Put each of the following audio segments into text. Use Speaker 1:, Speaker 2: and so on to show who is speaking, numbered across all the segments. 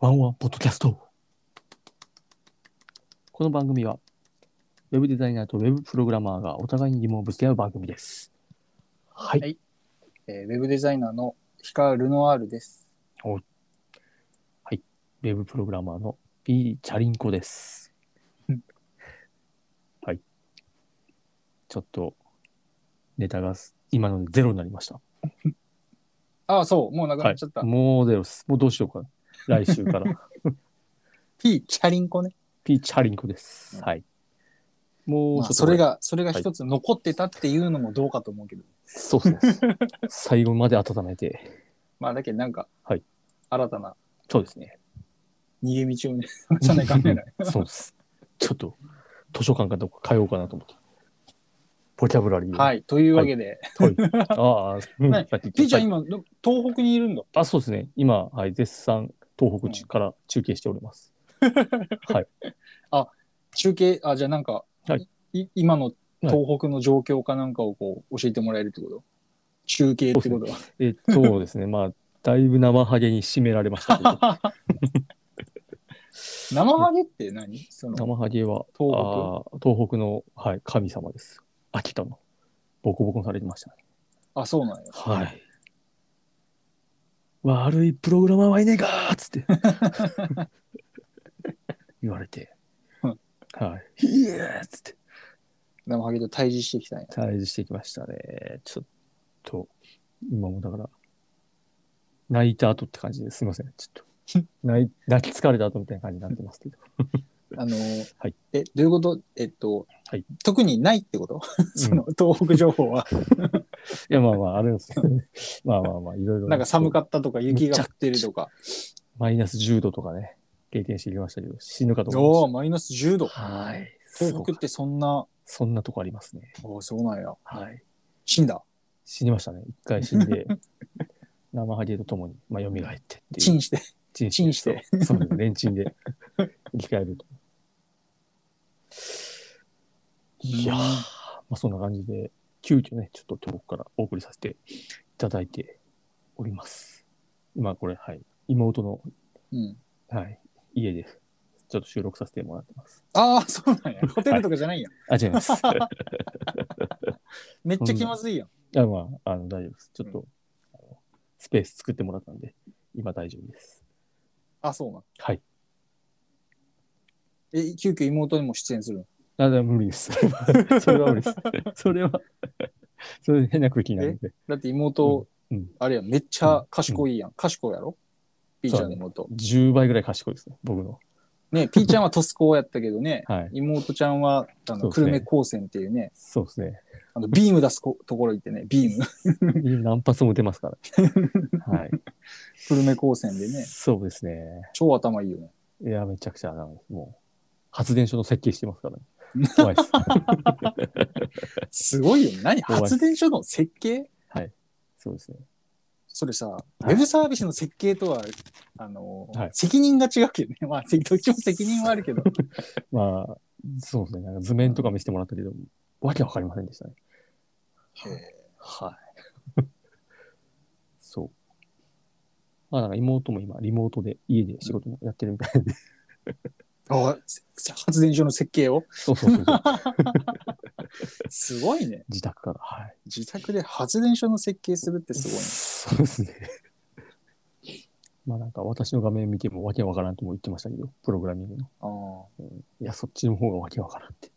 Speaker 1: ワンワンポッドキャスト。この番組は、ウェブデザイナーとウェブプログラマーがお互いに疑問をぶつけ合う番組です。はい。
Speaker 2: はいえーウェブデザイナーのヒカルノアールです。
Speaker 1: ウェブプログラマーの B チャリンコです
Speaker 2: うん。
Speaker 1: はい。ちょっと、ネタがす今のでゼロになりました。
Speaker 2: ああ、そう、もうなくなっちゃった。
Speaker 1: はい、もうゼロです。もうどうしようか。来週 から。
Speaker 2: P、チャリンコね。
Speaker 1: P チャリンコです。
Speaker 2: うん
Speaker 1: はい。もう
Speaker 2: ま
Speaker 1: ちょっ
Speaker 2: あ、
Speaker 1: と。
Speaker 2: それが、それが一つ残ってたっていうのもどうかと思うけど。
Speaker 1: そうですね。最後まで温めて。
Speaker 2: まあ、だけどなんか、
Speaker 1: はい
Speaker 2: 新たな
Speaker 1: そうですね。
Speaker 2: 逃げ道をね、 じゃないかんねない。
Speaker 1: そうです。ちょっと、図書館かどこか通おうかなと思って。ボキャブラリーを。
Speaker 2: はい、というわけで。
Speaker 1: はい。ああ、うん
Speaker 2: はい
Speaker 1: さっき言っちゃっ
Speaker 2: P ち
Speaker 1: た
Speaker 2: ゃん、今、ど東北にいるんだ。
Speaker 1: あ、そうですね。今、はい、絶賛、東北地から中継しております。
Speaker 2: 中継、あ、じゃあなんか、
Speaker 1: はい
Speaker 2: い今の東北の状況かなんかをこう教えてもらえるってこと、中継ってことは。
Speaker 1: えっとですね、まあ、だいぶ生ハゲに締められましたけ ど
Speaker 2: 生ハゲって何その
Speaker 1: 生ハゲは、
Speaker 2: 東北
Speaker 1: あー東北の、はい、神様です。秋田の。ボコボコにされてましたね。
Speaker 2: あ、そうなんや。
Speaker 1: はい。悪いプログラマーはいねえかーっつ って。言われて。
Speaker 2: うん
Speaker 1: はい。いやーっつって。
Speaker 2: 生ハゲと対峙してきたんや。
Speaker 1: 退治してきましたね。ちょっと、今もだから、泣いた後って感じですいません。ちょっと。泣い泣き疲れた後みたいな感じになってますけど。
Speaker 2: あの、
Speaker 1: はい
Speaker 2: え、どういうことえっと、
Speaker 1: はい
Speaker 2: 特にないってこと その、東北情報は。
Speaker 1: いや、まあまあ、あれですけ どね。まあまあまあ、いろいろ。
Speaker 2: なんか寒か
Speaker 1: っ
Speaker 2: ったとか雪が降ってるとか。
Speaker 1: マイナス10度とかね、経験してきましたけど、死ぬかと思
Speaker 2: おお、
Speaker 1: いま
Speaker 2: マイナス10度
Speaker 1: し。た。はい。
Speaker 2: 東北ってそんな、
Speaker 1: そんなとこありますね。
Speaker 2: おーそうなんや。
Speaker 1: はい。
Speaker 2: 死んだ。
Speaker 1: 死にましたね。一回死ん で、生ハゲとともに、まあ、蘇ってっていう。
Speaker 2: チンして。
Speaker 1: チン
Speaker 2: チンして。
Speaker 1: そうですね、レンチンで生き返ると。いやー、
Speaker 2: うん
Speaker 1: まあ、そんな感じで、急遽ね、ちょっと遠くからお送りさせていただいております。今これ、はい、妹の、
Speaker 2: うん。
Speaker 1: はい、家で、ちょっと収録させてもらってます。
Speaker 2: ああ、そう なんや。ホテルとかじゃないんや。
Speaker 1: あ、違い ます。あ
Speaker 2: めっちゃ気まずいやん。
Speaker 1: まあ、あの、大丈夫です。ちょっと、あのスペース作ってもらったんで、今大丈夫です。
Speaker 2: あ、そうなん。
Speaker 1: はい。
Speaker 2: え、急遽妹にも出演するの
Speaker 1: あ、でも無理です。 それは無理 です。それは、それ変な空気になるんで。
Speaker 2: だって妹、
Speaker 1: うんうん
Speaker 2: あれやん、めっちゃ賢いやん。賢いやろピーちゃんの妹。
Speaker 1: 10倍ぐらい賢いですね、僕の。
Speaker 2: ね、ピーちゃんはトスコやったけどね、
Speaker 1: はい。
Speaker 2: 妹ちゃんは、あ
Speaker 1: そ
Speaker 2: の、
Speaker 1: うです
Speaker 2: 久
Speaker 1: ね
Speaker 2: 留米高専っていうね、
Speaker 1: そうですね。
Speaker 2: あの、ビーム出すこところ行ってね、ビーム。
Speaker 1: 何発も打てます から。はい。
Speaker 2: 久留米高専でね、
Speaker 1: そうですね。
Speaker 2: 超頭いいよね。
Speaker 1: いや、めちゃくちゃ頭いいです。もう、発電所の設計してますからね。怖 いです。
Speaker 2: すごいよね。何
Speaker 1: 怖い
Speaker 2: 発電所の設計
Speaker 1: そうですね。
Speaker 2: それさ、ウ
Speaker 1: い
Speaker 2: ェブサービスの設計とは、あの、
Speaker 1: はい
Speaker 2: 責任が違うけどね。まあ、せどっちも責任はあ るけど。
Speaker 1: まあ、そうですね。なんか図面とか見せてもらったけど、わけわかりませんでしたね。はい。 そう。まあ、なんか妹も今、リモートで家で仕事もやってるみたいで。
Speaker 2: あ発電所の設計を
Speaker 1: そうそうそうそう。
Speaker 2: すごいね。
Speaker 1: 自宅から。はい。
Speaker 2: 自宅で発電所の設計するってすごいね。
Speaker 1: そうですね。まあなんか私の画面見てもわけわからんとも言ってましたけど、プログラミングの。
Speaker 2: あー
Speaker 1: いや、そっちの方がわけわからんって。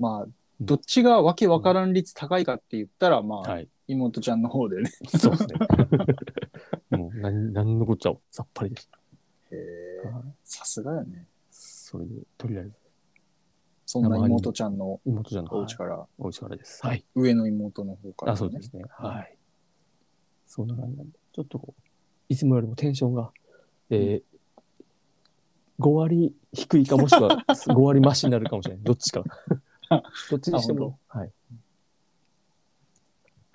Speaker 2: まあ、どっちがわけわからん率高いかって言ったら、まあ、
Speaker 1: はい。
Speaker 2: 妹ちゃんの方でね。
Speaker 1: そうです ね。もう何、何のこっちゃさっぱりでした。はい
Speaker 2: さすがやね。
Speaker 1: それで、とりあえず、
Speaker 2: そんな妹ちゃんの
Speaker 1: 妹ちゃんの
Speaker 2: お
Speaker 1: 方、
Speaker 2: 家から、
Speaker 1: お家からです。はい。
Speaker 2: 上の妹の方から、
Speaker 1: あ、そうですね。はい。そんな感じなんで、ちょっとこう、いつもよりもテンションが、えー、5割低いかもしくは 5割増しになるかもしれない。どっ ちか。どっちにしても、はい。い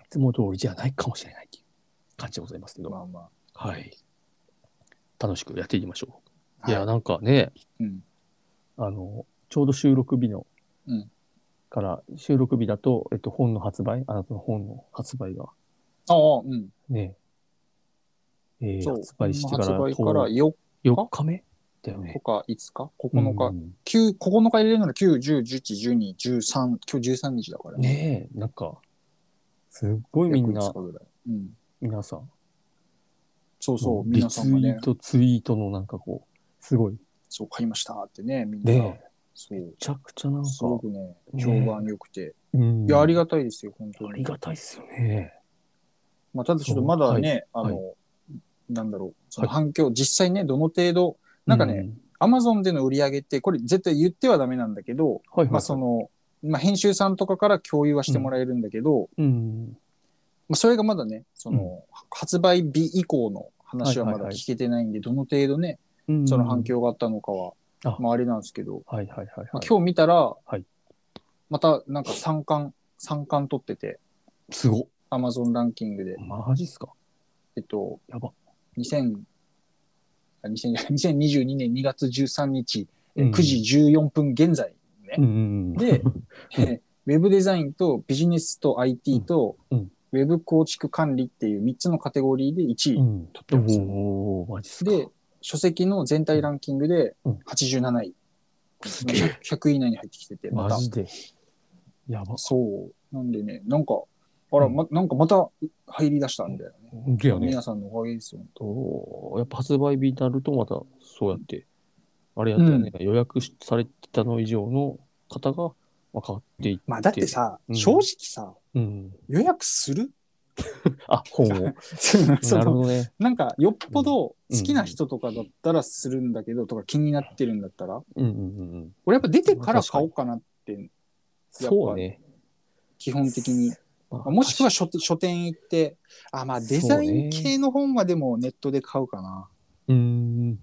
Speaker 1: つも通りじゃないかもしれないっていう感じでございますけど、
Speaker 2: まあま
Speaker 1: はい。楽しくやっていきましょう。
Speaker 2: あ。
Speaker 1: いや、
Speaker 2: は
Speaker 1: なんかね、
Speaker 2: うん。
Speaker 1: あの、ちょうど収録日の、
Speaker 2: うん
Speaker 1: から、収録日だと、えっと、本の発売、あなたの本の発売が
Speaker 2: ああ、うん。
Speaker 1: ねえ、えー
Speaker 2: そう。
Speaker 1: 発売してから
Speaker 2: 発売
Speaker 1: 10
Speaker 2: から4
Speaker 1: 4日目だよ
Speaker 2: と
Speaker 1: ね。
Speaker 2: か5日 ?9 日、
Speaker 1: うん
Speaker 2: 九9日入れるなら9、10、11、12、13、今日13日だから。
Speaker 1: ねえ、なんか、すっごいみん
Speaker 2: 約
Speaker 1: な
Speaker 2: 5、日ぐらいうん、
Speaker 1: 皆さん、
Speaker 2: そうそう、
Speaker 1: リ
Speaker 2: 皆
Speaker 1: ツ
Speaker 2: さ
Speaker 1: イ
Speaker 2: んがね
Speaker 1: ー、ト、ツイートのなんかこう、すごい。
Speaker 2: そう、買いましたってね、みんな。
Speaker 1: ねえ、
Speaker 2: そ
Speaker 1: め
Speaker 2: う。
Speaker 1: ちゃくちゃなんか、
Speaker 2: すごくね、
Speaker 1: ね
Speaker 2: 評判良くて。
Speaker 1: うん
Speaker 2: いや、ありがたいですよ、本当
Speaker 1: あり
Speaker 2: に。
Speaker 1: がたいっすよね。
Speaker 2: まあ、ただちょっとまだね、
Speaker 1: そう
Speaker 2: あ
Speaker 1: はい
Speaker 2: の、なんだろう、その反響、実際ね、どの程度、なんかね、
Speaker 1: う、
Speaker 2: アマゾンでの売り上げって、これ絶対言ってはダメなんだけど、
Speaker 1: はいはいはい。
Speaker 2: まあその、まあ編集さんとかから共有はしてもらえるんだけど、
Speaker 1: うん。
Speaker 2: まあそれがまだね、その、
Speaker 1: う
Speaker 2: 発売日以降の話はま
Speaker 1: はいはい
Speaker 2: だ
Speaker 1: はい
Speaker 2: 聞けてないんで、どの程度ね、
Speaker 1: うん
Speaker 2: その反。響があったのかは、
Speaker 1: あ
Speaker 2: まああれなんですけど、
Speaker 1: はいはいはいはい。
Speaker 2: まあ今日見たら、
Speaker 1: はい
Speaker 2: またなんか3巻、3巻取ってて、
Speaker 1: すごっ。
Speaker 2: アマゾンランキングで、
Speaker 1: マジっすか
Speaker 2: えっと、
Speaker 1: やば。
Speaker 2: 2000あ2000 2022年2月13日、
Speaker 1: うん
Speaker 2: 9時14分現在ね、
Speaker 1: うんうんうん。
Speaker 2: で、えウェブデザインとビジネスと IT と、
Speaker 1: うんうん
Speaker 2: ウェブ構築管理っていう3つのカテゴリーで1位。
Speaker 1: うん、
Speaker 2: 撮ってます
Speaker 1: おーマジっすか
Speaker 2: で、書籍の全体ランキングで
Speaker 1: うん
Speaker 2: 87位。
Speaker 1: すげえ
Speaker 2: 100, 位以内に入ってきてて、ま
Speaker 1: マ
Speaker 2: た。
Speaker 1: ジで。やば。
Speaker 2: そう。なんでね、なんか、あら、ま、なんかまた入り出したんだよね。
Speaker 1: いやね
Speaker 2: 皆。さんのおかげですよ。
Speaker 1: おーやっぱ発売日になるとまたそうやって、あれやったよね、予約されてたの以上の方が、まあ、買っていって。
Speaker 2: まあ、だって、さ、
Speaker 1: うん
Speaker 2: 正直さ、
Speaker 1: うん。
Speaker 2: 予約す る
Speaker 1: あ、本を。な
Speaker 2: そ
Speaker 1: る
Speaker 2: の
Speaker 1: ほどね。
Speaker 2: なんか、よっぽど好きな人とかだったらするんだけど、とか気になってるんだったら、
Speaker 1: うんうんうんうん。
Speaker 2: 俺やっぱ出てから買おうかなって、
Speaker 1: そうね。
Speaker 2: 基本的に。
Speaker 1: まあ
Speaker 2: もしくは書書店行って、あ、まあデザイン系の本はでもネットで買うかな。
Speaker 1: うーん。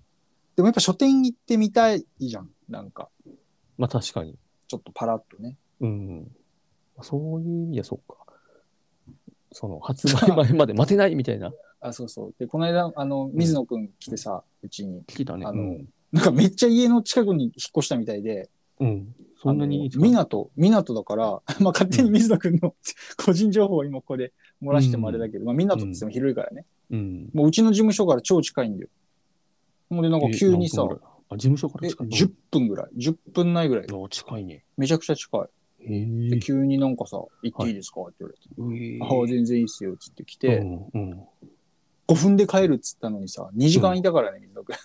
Speaker 2: でもやっぱ書店行ってみたいじゃん。なんか、
Speaker 1: まあ確かに。
Speaker 2: ちょっとパラッとね。
Speaker 1: うん。そういう意味ではそうか。その発売前まで待てないみたいな。
Speaker 2: あ、そうそう。で、この間、あの、水野くん来てさ、うちに。
Speaker 1: 聞いたね。
Speaker 2: あ
Speaker 1: う
Speaker 2: の
Speaker 1: ん、
Speaker 2: なんかめっちゃ家の近くに引っ越したみたいで、
Speaker 1: うん。そんなにいい
Speaker 2: あ
Speaker 1: ん
Speaker 2: の
Speaker 1: ですか
Speaker 2: 港、港だから、まあ勝手に水野くんの 個人情報を今ここで漏らしてもあれだけど、まあ港って言っても広いからね。
Speaker 1: うん。
Speaker 2: もううちの事務所から超近いんだよ。ほんでなんか急にさ
Speaker 1: え何、分ぐらいあ、事務所か
Speaker 2: え、
Speaker 1: ら近い。
Speaker 2: 10分ぐらい ?10 分ないぐらい。
Speaker 1: あ近いね。
Speaker 2: めちゃくちゃ近い。
Speaker 1: へ
Speaker 2: で、
Speaker 1: え。
Speaker 2: 急になんかさ、行っていいですかって言われて。ああ、全然いいっすよ。つって来
Speaker 1: う
Speaker 2: て、
Speaker 1: んうん。
Speaker 2: 5分で帰るっつったのにさ、2時間いたからね、水野くん。い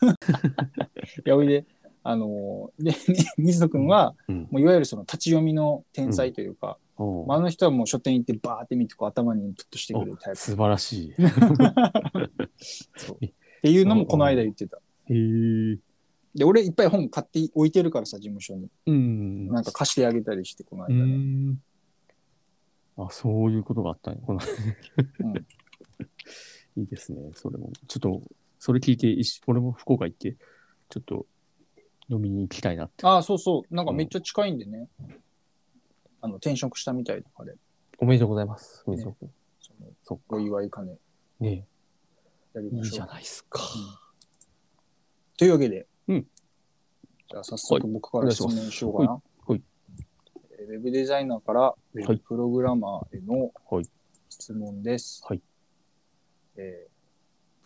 Speaker 2: や、 おいで、あのーで、 水野くんは、
Speaker 1: うん
Speaker 2: もういわゆるその立ち読みの天才というか、
Speaker 1: おう
Speaker 2: まあ、あの人はもう書店行ってバーって見て、こう頭にインプットしてくるタイプ。
Speaker 1: 素晴らし
Speaker 2: そうっていうのもこの間言ってた。
Speaker 1: い。へえ。
Speaker 2: で、俺いっぱい本買って置いてるからさ、事務所に。
Speaker 1: うん。
Speaker 2: なんか貸してあげたりして、この
Speaker 1: う
Speaker 2: 間ね。
Speaker 1: ん。あ、そういうことがあったね。この
Speaker 2: ん
Speaker 1: いいですね。それも。ちょっと、それ聞いて、一俺も福岡行って、ちょっと飲みに行きたいなって。
Speaker 2: ああ、そうそう。なんかめっちゃ近いんでね。あの、転職したみたいだから、
Speaker 1: おめでとうございます。水野君
Speaker 2: その
Speaker 1: そっ
Speaker 2: お
Speaker 1: か。
Speaker 2: 祝い金
Speaker 1: ね
Speaker 2: やり
Speaker 1: えい
Speaker 2: ま
Speaker 1: い
Speaker 2: し
Speaker 1: じ
Speaker 2: ょ
Speaker 1: ゃ
Speaker 2: う。
Speaker 1: ないですか。
Speaker 2: というわけで、
Speaker 1: うん
Speaker 2: じゃあ早速僕か
Speaker 1: お願
Speaker 2: ら
Speaker 1: いし
Speaker 2: 質
Speaker 1: ま
Speaker 2: 問
Speaker 1: す
Speaker 2: しようかな。
Speaker 1: はい
Speaker 2: えーウェブデザイナーからウェ
Speaker 1: はい
Speaker 2: ブプログラマーへの
Speaker 1: はい
Speaker 2: 質問です。
Speaker 1: はい
Speaker 2: えー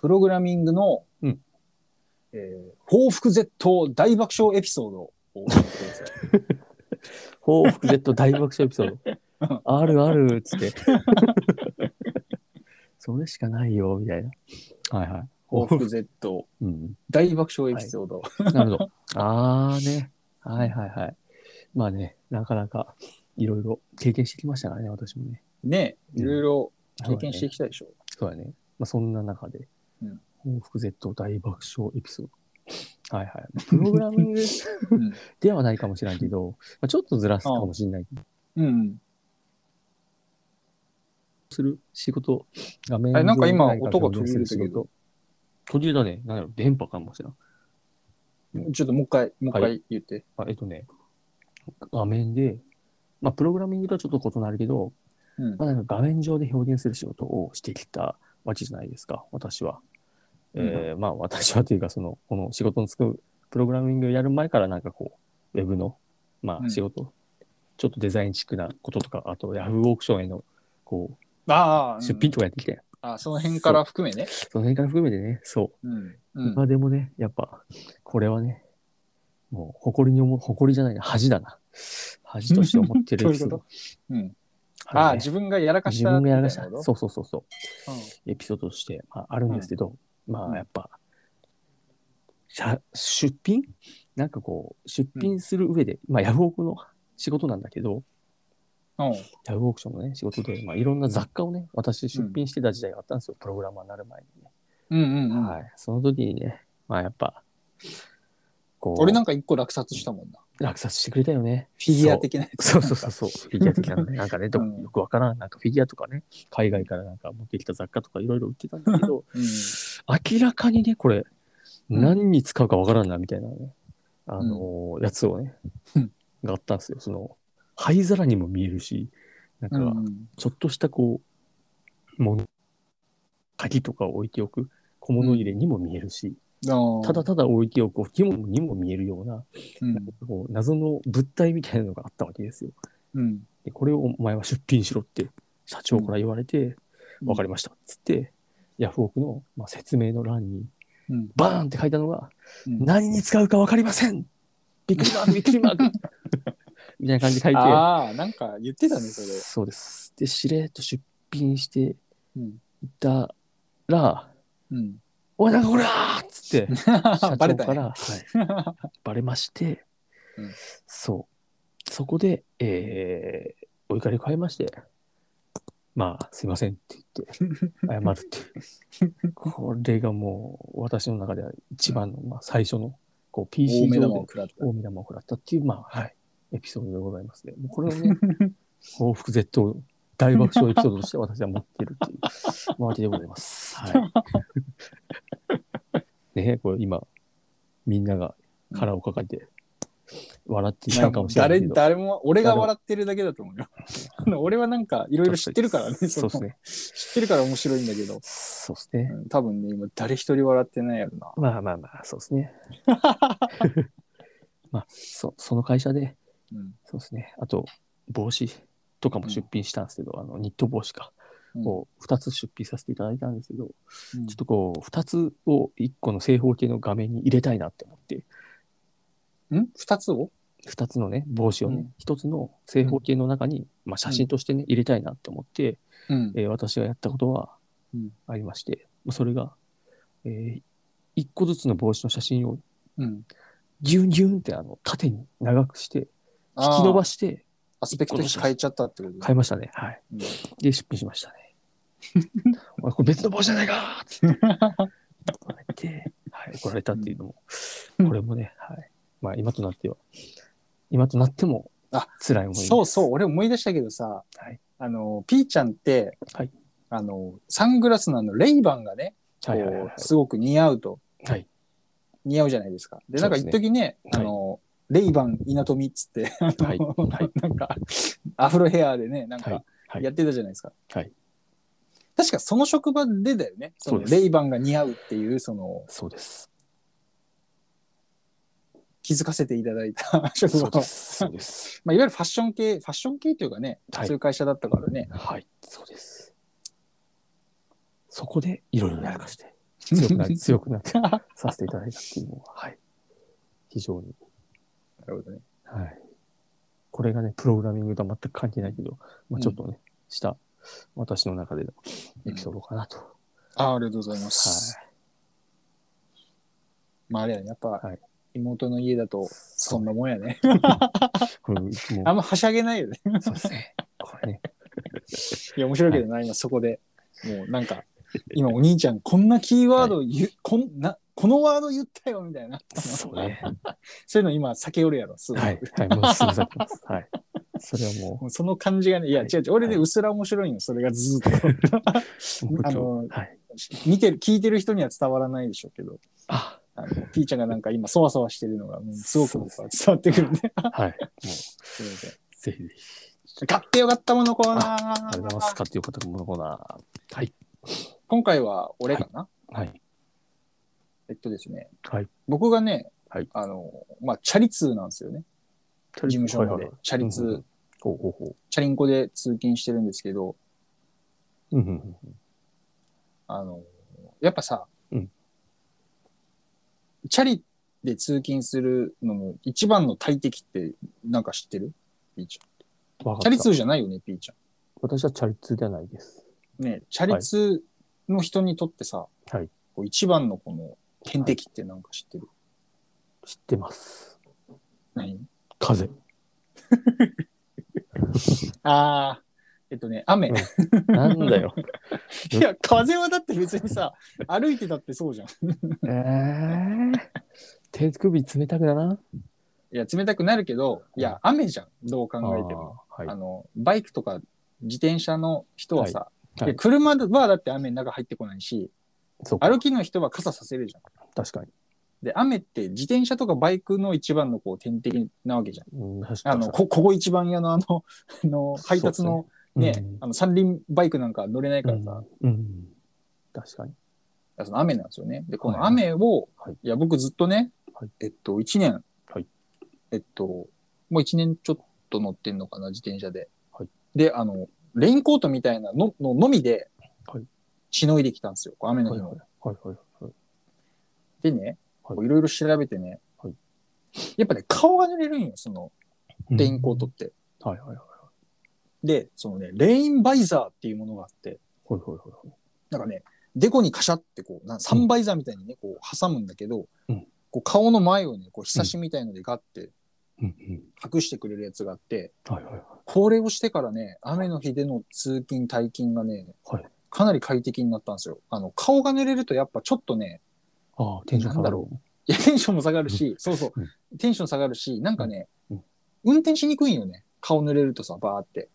Speaker 2: プログラミングの、
Speaker 1: うん
Speaker 2: えー報復 Z 大爆笑エピソードを教えてくだ さい。
Speaker 1: 報復 Z 大爆笑エピソー ド。あるあるっつって。 それしかないよ、みたいな。はいはい。
Speaker 2: 報復 Z
Speaker 1: うん。
Speaker 2: 大爆笑エピソード。
Speaker 1: なるほど。ああね。はいはいはい。まあね、なかなかいろいろ経験してきましたからね、私もね。
Speaker 2: ね、
Speaker 1: うん
Speaker 2: いろいろ経験してきたでしょ。
Speaker 1: そうだね。まあそんな中で、
Speaker 2: うん
Speaker 1: 報復 Z 大爆笑エピソード。はい はい。プログラム
Speaker 2: うん
Speaker 1: ではないかもしれないけど、まあ、ちょっとずらすかもしれない
Speaker 2: うん。
Speaker 1: する仕事、画面
Speaker 2: あれなんか今
Speaker 1: 上ぐらいら
Speaker 2: 音が途切れ
Speaker 1: 表示
Speaker 2: たけど
Speaker 1: する仕事。途切れたね。なんやろ、電波かもしれん。
Speaker 2: ちょっともう一回、もう一
Speaker 1: は
Speaker 2: 回言って。
Speaker 1: あえっとね、画面で、まあ、プログラミングとはちょっと異なるけど、
Speaker 2: うん
Speaker 1: まあ、なんか画面上で表現する仕事をしてきたわけじゃないですか、私は。えーまあ、私はというか、その、この仕事のつく、プログラミングをやる前から、なんかこう、ウェブの、ま
Speaker 2: う
Speaker 1: あ、
Speaker 2: ん
Speaker 1: 仕事、ちょっとデザインチックなこととか、あと、ヤフーオークションへの、こう、
Speaker 2: ああ、うん
Speaker 1: 出品とかやってきたよ。
Speaker 2: あ、その辺から含めね。
Speaker 1: その辺から含めてね、そう。
Speaker 2: うん。うん
Speaker 1: まあでもね、やっぱ、これはね、もう誇りに思う、誇りじゃないな、恥だな。恥として思って
Speaker 2: ど
Speaker 1: る
Speaker 2: ういう ことうん。
Speaker 1: はい
Speaker 2: ああ、自分がやらかし
Speaker 1: 自
Speaker 2: た
Speaker 1: 分
Speaker 2: み
Speaker 1: が
Speaker 2: たい
Speaker 1: や
Speaker 2: な
Speaker 1: らか
Speaker 2: こと。
Speaker 1: した、そうそうそうそう。エピソードとして、まあ、あるんですけど、ま
Speaker 2: うん
Speaker 1: あやっぱ、しゃ出品なんかこう出品する上で、まあヤフオクの仕事なんだけど
Speaker 2: うん。うん。
Speaker 1: ヤフオクションのね仕事で、まあ、いろんな雑貨をね私出品してた時代があったんですよ、プログラマーになる前にね、
Speaker 2: うんうんうん。
Speaker 1: はいその時にねまあやっぱこう
Speaker 2: 俺なんか一個落札したもんな。
Speaker 1: 落札してくれたよね
Speaker 2: フィギュア的なやつ。
Speaker 1: そうそうそうそう そうフィギュア的なのねなんかねど
Speaker 2: うん
Speaker 1: よくわからんなんかフィギュアとかね海外からなんか持ってきた雑貨とかいろいろ売ってたんだけど
Speaker 2: うん。
Speaker 1: 明らかにね、これ、
Speaker 2: うん
Speaker 1: 何に使うかわからんな、みたいなね、あのーやつをね
Speaker 2: うん、
Speaker 1: があったんですよ。その、灰皿にも見えるし、なん
Speaker 2: う
Speaker 1: か、
Speaker 2: ん
Speaker 1: ちょっとしたこう、もの、鍵とかを置いておく小物入れにも見えるし、
Speaker 2: ああ
Speaker 1: ただ、ただ置いておく置物にも見えるような、
Speaker 2: うん
Speaker 1: なんかこう謎の物体みたいなのがあったわけですよ。
Speaker 2: うん。
Speaker 1: でこれをお前は出品しろって、社長から言われて、わかり
Speaker 2: ま
Speaker 1: ました。つって、ヤフオクの、まあ、説明の欄に、
Speaker 2: す。うん。
Speaker 1: バーンって書いたのが、
Speaker 2: うん
Speaker 1: 何に使うか分かりませんびっくりマーク、びっくりマーク みたいな感じで書いて、
Speaker 2: ああ、なんか言ってたね、それ。
Speaker 1: そうです。で、しれっと出品してい
Speaker 2: うん。
Speaker 1: たら、
Speaker 2: うん。
Speaker 1: おい、なんかこれだーっつって、社
Speaker 2: バ
Speaker 1: 長
Speaker 2: レた
Speaker 1: か
Speaker 2: ね。
Speaker 1: ら、はい バレまして、
Speaker 2: うん
Speaker 1: そう。そこで、えー、お怒りを変えまして、まあ、すいませんって言って、謝るっていう。これがもう、私の中では一番の、まあ、最初の、こう、
Speaker 2: 大
Speaker 1: PC
Speaker 2: 目
Speaker 1: 上
Speaker 2: 玉
Speaker 1: で
Speaker 2: を食らった。
Speaker 1: 大目玉を食らったっていう、まあ、はい、エピソードでございますね。もうこれを ね、報復絶倒、大爆笑エピソードとして私は持っているって いう、回りでございます。はい。 ねこれ今、みんなが腹を抱えて、笑っていたかもしれない
Speaker 2: 誰
Speaker 1: けど。
Speaker 2: 誰も、俺が笑ってるだけだと思うよ。 あの俺はなんかいろいろ知ってるからね、
Speaker 1: そうです
Speaker 2: の
Speaker 1: ね。
Speaker 2: 知ってるから面白いんだけど、
Speaker 1: そうですね。
Speaker 2: うん多分ね、今誰一人笑ってないやろな。
Speaker 1: まあまあまあ、そうですね。 まあ、そその会社で、
Speaker 2: うん
Speaker 1: そうですね。あと、帽子とかも出品したんですけど、あのニット帽子か。
Speaker 2: うん
Speaker 1: を2つ出品させていただいたんですけど、
Speaker 2: うん
Speaker 1: ちょっとこう、2つを1個の正方形の画面に入れたいなって思って、
Speaker 2: ん二つを
Speaker 1: 2つのね、帽子を
Speaker 2: う
Speaker 1: ね
Speaker 2: ん、
Speaker 1: 1つの正方形の中に、まあ、写真としてね、入れたいなって思って、
Speaker 2: うん
Speaker 1: えー私がやったことは
Speaker 2: うん
Speaker 1: ありまして、まあそれが、え1個ずつの帽子の写真を
Speaker 2: うん。
Speaker 1: ギュンギュンってあの縦に長くして、引
Speaker 2: あー
Speaker 1: き伸ばして
Speaker 2: アスペクト変えちゃったってこと
Speaker 1: 買いましたね。はい。
Speaker 2: うん
Speaker 1: で、出品しましたね。 お前これ別の帽子じゃないかーっつって怒られて、はい、怒られたっていうのも、
Speaker 2: うん
Speaker 1: これもね、はい。まあ今となっては、今となっても
Speaker 2: あ
Speaker 1: 辛い思い
Speaker 2: そう
Speaker 1: す
Speaker 2: そう、俺思い出したけどさ、
Speaker 1: はい
Speaker 2: あの、ピーちゃんって、
Speaker 1: はい
Speaker 2: あの、サングラスのあの、レイバンがね、こ、
Speaker 1: はいはいはいはいう
Speaker 2: すごく似合うと、
Speaker 1: はい
Speaker 2: 似合うじゃないですか。で、なんか
Speaker 1: そう
Speaker 2: 一
Speaker 1: です
Speaker 2: 時ね、
Speaker 1: は
Speaker 2: あ
Speaker 1: い
Speaker 2: の、レイバン稲富っつって、あの
Speaker 1: はいはい
Speaker 2: なんか、アフロヘアでね、なん
Speaker 1: は
Speaker 2: か
Speaker 1: い、はい
Speaker 2: やってたじゃないですか。
Speaker 1: はい
Speaker 2: 確かその職場でだよね、そ
Speaker 1: そう
Speaker 2: の
Speaker 1: です
Speaker 2: レイバンが似合うっていう、その、
Speaker 1: そうです。
Speaker 2: 気づかせていただいた職
Speaker 1: そう
Speaker 2: 場
Speaker 1: で
Speaker 2: は
Speaker 1: す。そうです。
Speaker 2: まあ、いわゆるファッション系、ファッション系というかね、
Speaker 1: はい
Speaker 2: そういう会社だったからね。
Speaker 1: はい、そうです。そこでいろいろやらかして、強くな強くなってさせていただいたっていうのは、はい。非常に、
Speaker 2: なるほどね。
Speaker 1: はい。これがね、プログラミングとは全く関係ないけど、まあ、ちょっとね、した私の中でのエピソードかなと。
Speaker 2: あーありがとうござい
Speaker 1: は
Speaker 2: ます。まあ、あれやね、やっぱ、
Speaker 1: はい
Speaker 2: 妹の家だと、そんなもんやね。
Speaker 1: い。これもう、そ
Speaker 2: あんまはしゃげないよね。
Speaker 1: うですね。これね、
Speaker 2: いや、面白いけどな、今そこで。もうな んか、今お兄ちゃん、こんなキーワード言う、こんな、このワード言ったよ、みたい な。
Speaker 1: そうね。
Speaker 2: そういうの今、避けよるやろ、すぐ。
Speaker 1: はい。はい。もうすぐ去ってます。はい。それはも
Speaker 2: もうその感じがね、いや、違う違う、俺ね、
Speaker 1: はいう
Speaker 2: っすら面白いの、それが ずーっと。
Speaker 1: う、もう
Speaker 2: あ
Speaker 1: 今
Speaker 2: の
Speaker 1: 日、はい。
Speaker 2: 見てる、聞いてる人には伝わらないでしょうけど、
Speaker 1: あ、
Speaker 2: あの、ピーちゃんがなんか今、そわそわしてるのが、もうすごく僕は伝わってくるね。
Speaker 1: はい。も
Speaker 2: すいません
Speaker 1: う、ぜひぜひ。
Speaker 2: 買ってよかったものコーナー
Speaker 1: ありがとうございます。買ってよかったものコーナー。はい。
Speaker 2: 今回は俺かな、
Speaker 1: はい。
Speaker 2: えっとですね、
Speaker 1: はい。
Speaker 2: 僕がね、
Speaker 1: はい
Speaker 2: あの、まあ、チャリ通なんですよね。事務所ま
Speaker 1: はい
Speaker 2: で
Speaker 1: はい。
Speaker 2: チャリ通、
Speaker 1: うんうんほうほうほ
Speaker 2: チャリンコで通勤してるんですけど、
Speaker 1: う。うんうんうん。
Speaker 2: あの、やっぱさ、
Speaker 1: うん
Speaker 2: チャリで通勤するのの一番の大敵ってなんか知ってるピーち
Speaker 1: わ
Speaker 2: ゃん。
Speaker 1: か
Speaker 2: チ
Speaker 1: っ
Speaker 2: ャリ
Speaker 1: た
Speaker 2: 通じゃないよね、ピーちゃ
Speaker 1: 私はチャリ通ではないです。
Speaker 2: ん。ねチャリ通の人にとってさ、
Speaker 1: はい
Speaker 2: こう一番のこの天敵ってなんか知ってる、
Speaker 1: 知ってます。
Speaker 2: 何
Speaker 1: 風。
Speaker 2: ああ、えっとね、雨。
Speaker 1: うんなんだよ。
Speaker 2: いや、風はだって別にさ、歩いてたってそうじゃん。い
Speaker 1: えー、手首冷たくだな。
Speaker 2: や、冷たくなるけど、いや、雨じゃん。どう考えても。
Speaker 1: あー
Speaker 2: あ
Speaker 1: はい。
Speaker 2: の、バイクとか自転車の人はさ、
Speaker 1: いはい
Speaker 2: で車はだって雨の中入ってこないし、
Speaker 1: そうか
Speaker 2: 歩きの人は傘させるじゃん。
Speaker 1: 確かに。
Speaker 2: で、雨って自転車とかバイクの一番のこう天敵なわけじゃん。
Speaker 1: うん、確か
Speaker 2: あ
Speaker 1: に。
Speaker 2: の、こここ一番屋のあの、あの配達のね、
Speaker 1: うん
Speaker 2: あの三輪バイクなんか乗れないからさ、だか
Speaker 1: うんうん、確かに。
Speaker 2: らその雨なんですよね。で、この
Speaker 1: はい
Speaker 2: 雨を、
Speaker 1: はいい、
Speaker 2: や、僕ずっとね、
Speaker 1: はい
Speaker 2: えっと、一年、
Speaker 1: はい
Speaker 2: えっと、もう一年ちょっと乗ってんのかな、自転車で。
Speaker 1: はい
Speaker 2: で、あの、レインコートみたいなのののみで、
Speaker 1: はい
Speaker 2: しのいできたんですよ、こう雨の
Speaker 1: はい
Speaker 2: 日
Speaker 1: はい
Speaker 2: の。
Speaker 1: はいはい。
Speaker 2: でね、
Speaker 1: はい
Speaker 2: こういろいろ調べてね、
Speaker 1: はい
Speaker 2: やっぱね、顔が濡れるんよ、その、レインコートっ
Speaker 1: うん。
Speaker 2: て。
Speaker 1: はいはいはい。
Speaker 2: で、そのね、レインバイザーっていうものがあって、
Speaker 1: はいはいはいはい。
Speaker 2: なんかね、デコにカシャってこう、なサンバイザーみたいにね、こう挟むんだけど、
Speaker 1: うん
Speaker 2: こう顔の前をね、こう、ひさしみたいのでガッて
Speaker 1: うんうん
Speaker 2: 隠してくれるやつがあって、
Speaker 1: はいはいはい。
Speaker 2: これをしてからね、雨の日での通勤、退勤がね、
Speaker 1: はい
Speaker 2: かなり快適になったんですよ。あの、顔が濡れるとやっぱちょっとね、
Speaker 1: ああ、テンション下がろう。
Speaker 2: いや、テンションも下がるし、そうそうう、テンション下がるし、なんかね
Speaker 1: うん、
Speaker 2: 運転しにくいよね。顔濡れるとさ、バーって。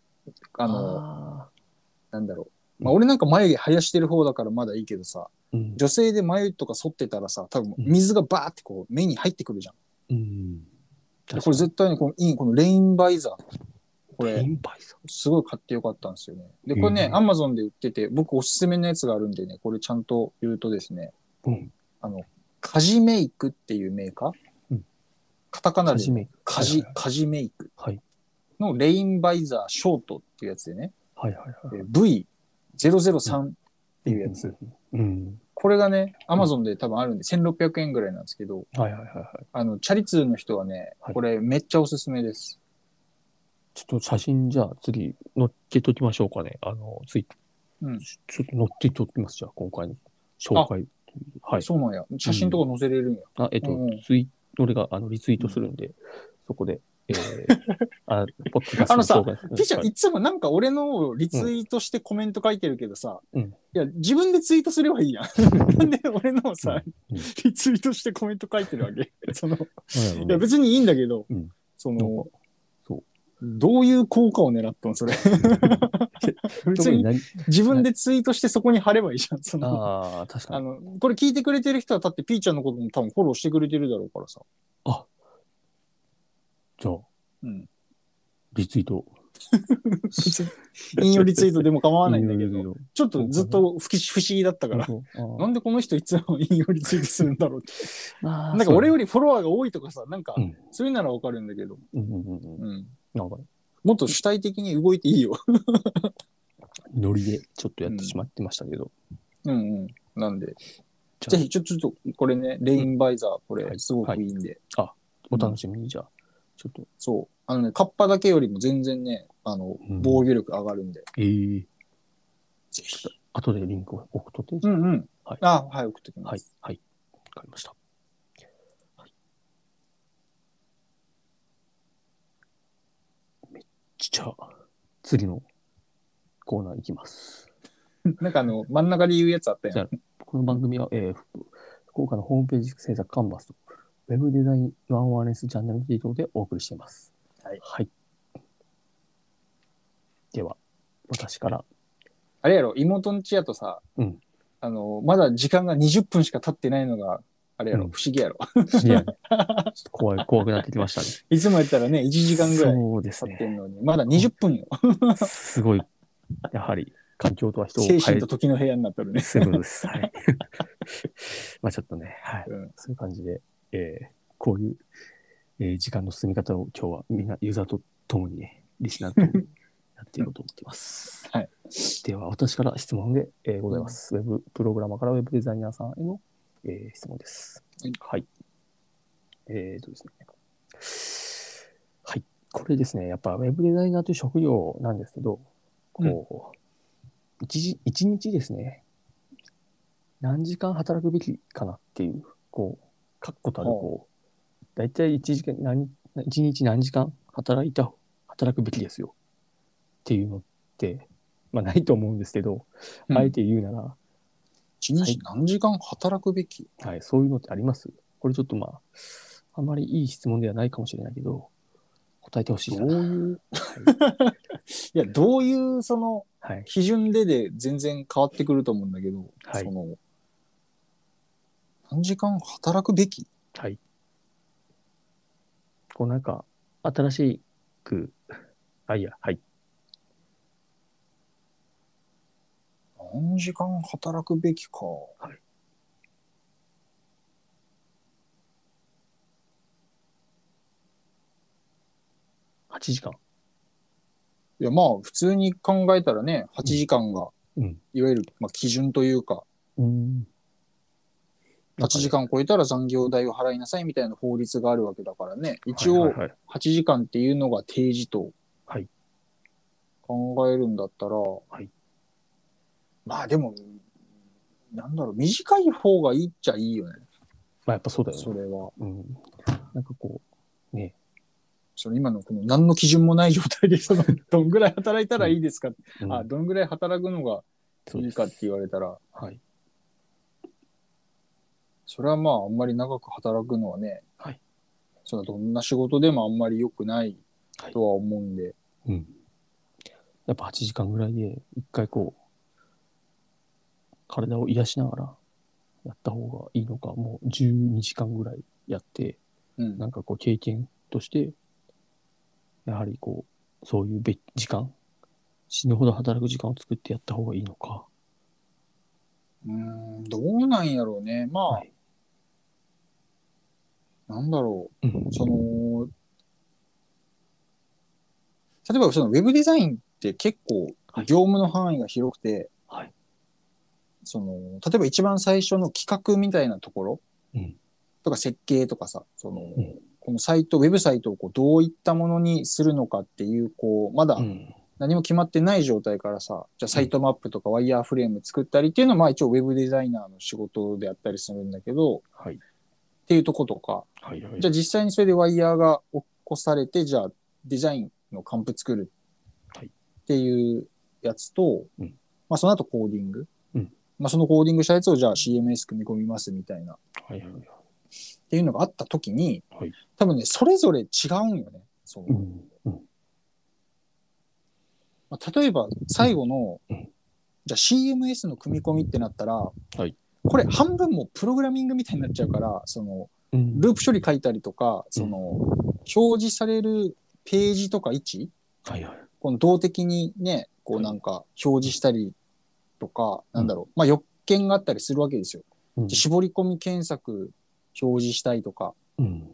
Speaker 2: あの、
Speaker 1: あ
Speaker 2: なんだろう。まあ、俺なんか眉毛生やしてる方だからまだいいけどさ、
Speaker 1: ーうん
Speaker 2: 女性で眉とか剃ってたらさ、多分水がバーってこう目に入ってくるじゃん。
Speaker 1: うん。
Speaker 2: でこれ絶対にこのいい、このレインバイザー。こ
Speaker 1: レイ
Speaker 2: れ、
Speaker 1: ンバイザ
Speaker 2: すごい買ってよかったんですよね。で、これね、
Speaker 1: うん
Speaker 2: アマゾンで売ってて、僕おすすめのやつがあるんでね、これちゃんと言うとですね、
Speaker 1: ー。うん。
Speaker 2: あの、カジメイクっていうメーカー、
Speaker 1: うん
Speaker 2: カタカナ
Speaker 1: は
Speaker 2: で
Speaker 1: じめ。
Speaker 2: カジ
Speaker 1: はい、
Speaker 2: カジメイク
Speaker 1: はい。
Speaker 2: のレインバイザーショートっていうやつでね、
Speaker 1: はいはいはい。
Speaker 2: えー V003 っていうやつ。
Speaker 1: うん。
Speaker 2: これがね、アマゾンで多分あるんで、1600円ぐらいなんですけど、
Speaker 1: はいはいはいはい。
Speaker 2: あの、チャリ通の人はね、
Speaker 1: はい
Speaker 2: これめっちゃおすすめです。
Speaker 1: ちょっと写真じゃあ次載っけときましょうかね。あの、ツイ
Speaker 2: うん
Speaker 1: ちょっと載っけときます。じゃあ今回の紹介。はい。
Speaker 2: そうなんや。写真とか載せれるんや。
Speaker 1: あ、えっと、
Speaker 2: うん
Speaker 1: ツイ俺があのリツイートするんで、そこで、え ー、あ、ポッドキャスト
Speaker 2: あのさ
Speaker 1: 紹介する
Speaker 2: ピーちゃん、
Speaker 1: はい
Speaker 2: いつもなんか俺のをリツイートしてコメント書いてるけどさ、
Speaker 1: うん
Speaker 2: いや、自分でツイートすればいいやん。 なんで俺のをさ、
Speaker 1: うん
Speaker 2: リツイートしてコメント書いてるわ けその、い
Speaker 1: なんやろうね
Speaker 2: や、別にいいんだけど、
Speaker 1: うん
Speaker 2: そ
Speaker 1: なん
Speaker 2: の、
Speaker 1: そう
Speaker 2: どういう効果を狙ったのそれ。 別
Speaker 1: 特に
Speaker 2: に
Speaker 1: 何
Speaker 2: 自分でツイートしてそこに貼ればいいじゃん。その、
Speaker 1: ああ、確か
Speaker 2: あ
Speaker 1: に。
Speaker 2: の、これ聞いてくれてる人はだってピーちゃんのことも多分フォローしてくれてるだろうからさ。
Speaker 1: じゃあ、
Speaker 2: うん。
Speaker 1: リツイート。
Speaker 2: 引用リツイートでも構わないんだけ
Speaker 1: いい
Speaker 2: ど、
Speaker 1: よ
Speaker 2: ちょっとずっと不不思議だった
Speaker 1: い
Speaker 2: か
Speaker 1: いよ
Speaker 2: ら、
Speaker 1: そう
Speaker 2: な
Speaker 1: あ
Speaker 2: んでこの人いつも引用リツイートするんだろうって。
Speaker 1: ーあー
Speaker 2: なんか俺
Speaker 1: そ
Speaker 2: よりフォロワーが多いとかさ、なんか
Speaker 1: うん、
Speaker 2: そういうならわかるんだけど、
Speaker 1: ううんうんうんうん。
Speaker 2: うん
Speaker 1: なんかね、
Speaker 2: もっと主体的に動いていいよ。
Speaker 1: ノリでちょっとやってしまってましたけど。
Speaker 2: うんうん。なんで、
Speaker 1: じゃあ
Speaker 2: ぜひちょ、ちょっと、これね、レインバイザー、こ
Speaker 1: は
Speaker 2: れ、
Speaker 1: い
Speaker 2: すごくいいんで、
Speaker 1: お楽しみに、じゃあ、ちょっと。
Speaker 2: そう。あのね、カッパだけよりも全然ね、あの
Speaker 1: う、ん
Speaker 2: 防御力上がるんで、
Speaker 1: ええー。
Speaker 2: ぜひ。
Speaker 1: 後でリンクを送っとって。
Speaker 2: うんうん。
Speaker 1: はい
Speaker 2: あ、はい、送ってきま
Speaker 1: はい
Speaker 2: す。、
Speaker 1: はい。わかりました。はいめっちゃ、次のコーナーいきます。
Speaker 2: なんかあの、真ん中で言うやつあったやん
Speaker 1: じゃ。この番組は、えーふ福岡のホームページ制作カンバスと、ウェブデザインワンワンレスチャンネルの提供でお送りしています。
Speaker 2: はい
Speaker 1: では、私から、
Speaker 2: あれやろ、妹んちやとさ、
Speaker 1: うん
Speaker 2: あの、まだ時間が20分しか経ってないのが、あれやろ、
Speaker 1: うん
Speaker 2: 不思議やろ。
Speaker 1: 知り合い、ちょっと怖い、怖くなってきましたね。
Speaker 2: いつもやったらね、1時間ぐらい
Speaker 1: そうです
Speaker 2: 経って
Speaker 1: ね。
Speaker 2: んのに、まだ20分よ。
Speaker 1: すごい、やはり、環境とは人を変
Speaker 2: 精
Speaker 1: え
Speaker 2: 神と時の部屋になっとるね。
Speaker 1: そういうことです。はい。 まあちょっとね、はい。
Speaker 2: うん
Speaker 1: そういう感じで、えーこういう、えー時間の進み方を今日はみんなユーザーと共にね、リスナーと共にやっていこうと思っています。
Speaker 2: はい。
Speaker 1: では、私から質問で、えーございます。ウェブプログラマーからウェブデザイナーさんへの、えー質問です。
Speaker 2: はい
Speaker 1: はい。えーとですね。はい。これですね、やっぱウェブデザイナーという職業なんですけど、こう、一時一日ですね、何時間働くべきかなっていう、こう、確固たる、こう、大体一時間何、一日何時間働いた、働くべきですよっていうのって、まあないと思うんですけど、
Speaker 2: うん
Speaker 1: あえて言うなら、
Speaker 2: 一日何時間働くべき、
Speaker 1: はい、そういうのってありますこれちょっとまあ、あんまりいい質問ではないかもしれないけど、答えてほしい
Speaker 2: どう
Speaker 1: な。
Speaker 2: いう、いや、どういうその
Speaker 1: はい。
Speaker 2: 基準でで全然変わってくると思うんだけど、
Speaker 1: はい
Speaker 2: その、何時間働くべき
Speaker 1: はい。こうなんか、新しく、あ、いや、はい。
Speaker 2: 何時間働くべきか。
Speaker 1: い8時間。
Speaker 2: いや、まあ、普通に考えたらね、8時間が、
Speaker 1: うん
Speaker 2: いわゆる、まあ、基準というか、
Speaker 1: うん。
Speaker 2: 8時間超えたら残業代を払いなさいみたいな法律があるわけだからね、一
Speaker 1: はい
Speaker 2: 応
Speaker 1: はいはい
Speaker 2: 8時間っていうのが定時と
Speaker 1: はい
Speaker 2: 考えるんだったら、
Speaker 1: い
Speaker 2: まあでも、なんだろう、短い方がいいっちゃいいよね、
Speaker 1: まあやっぱそうだよね。
Speaker 2: それは。
Speaker 1: うん。なんかこう、ね、
Speaker 2: その今のこの何の基準もない状態で、そのどんぐらい働いたらいいですか、
Speaker 1: うん
Speaker 2: あ、どんぐらい働くのがいいかって言われたら、
Speaker 1: はい。
Speaker 2: それはまああんまり長く働くのはね、
Speaker 1: はい
Speaker 2: そのどんな仕事でもあんまり良くないとは思うんで、
Speaker 1: うん。やっぱ8時間ぐらいで、一回こう、体を癒しながらやった方がいいのか、もう12時間ぐらいやって、
Speaker 2: うん
Speaker 1: なんかこう経験として、やはりこう、そういうべ時間、死ぬほど働く時間を作ってやった方がいいのか。
Speaker 2: うーんどうなんやろうね。まあ、
Speaker 1: はい
Speaker 2: なんだろ
Speaker 1: うん
Speaker 2: う。その、例えばそのウェブデザインって結構
Speaker 1: はい
Speaker 2: 業務の範囲が広くて、
Speaker 1: はい
Speaker 2: その、例えば一番最初の企画みたいなところ
Speaker 1: うん
Speaker 2: とか設計とかさ、その、
Speaker 1: うん
Speaker 2: このサイト、ウェブサイトをこうどういったものにするのかっていう、こう、まだ
Speaker 1: うん
Speaker 2: 何も決まってない状態からさ、じゃあサイトマップとかワイヤーフレーム作ったりっていうのは、まあ一応ウェブデザイナーの仕事であったりするんだけど、っ
Speaker 1: はい。
Speaker 2: ていうとことか、
Speaker 1: はいはい。
Speaker 2: じゃあ実際にそれでワイヤーが起こされて、じゃあデザインのカンプ作る
Speaker 1: はい
Speaker 2: っていうやつと、
Speaker 1: うん
Speaker 2: まあその後コーディング、
Speaker 1: うん
Speaker 2: まあそのコーディングしたやつをじゃあ CMS 組み込みますみたいなっ
Speaker 1: はいはいはい。
Speaker 2: ていうのがあった時に、
Speaker 1: はい
Speaker 2: 多分ね、それぞれ違うんよね。そう
Speaker 1: うん。うん。
Speaker 2: まあ、例えば最後の、
Speaker 1: うん
Speaker 2: じゃあ CMS の組み込みってなったら、
Speaker 1: い
Speaker 2: これ半分もプログラミングみたいになっちゃうからその
Speaker 1: うん
Speaker 2: ループ処理書いたりとかその表示されるページとか位置
Speaker 1: はいはい。
Speaker 2: この動的にねこ
Speaker 1: は
Speaker 2: う
Speaker 1: い
Speaker 2: なんか表示したりとか、
Speaker 1: ん
Speaker 2: なんだろうまあ欲見があったりするわけですよ。
Speaker 1: うん
Speaker 2: で絞り込み検索表示したいとか
Speaker 1: うん。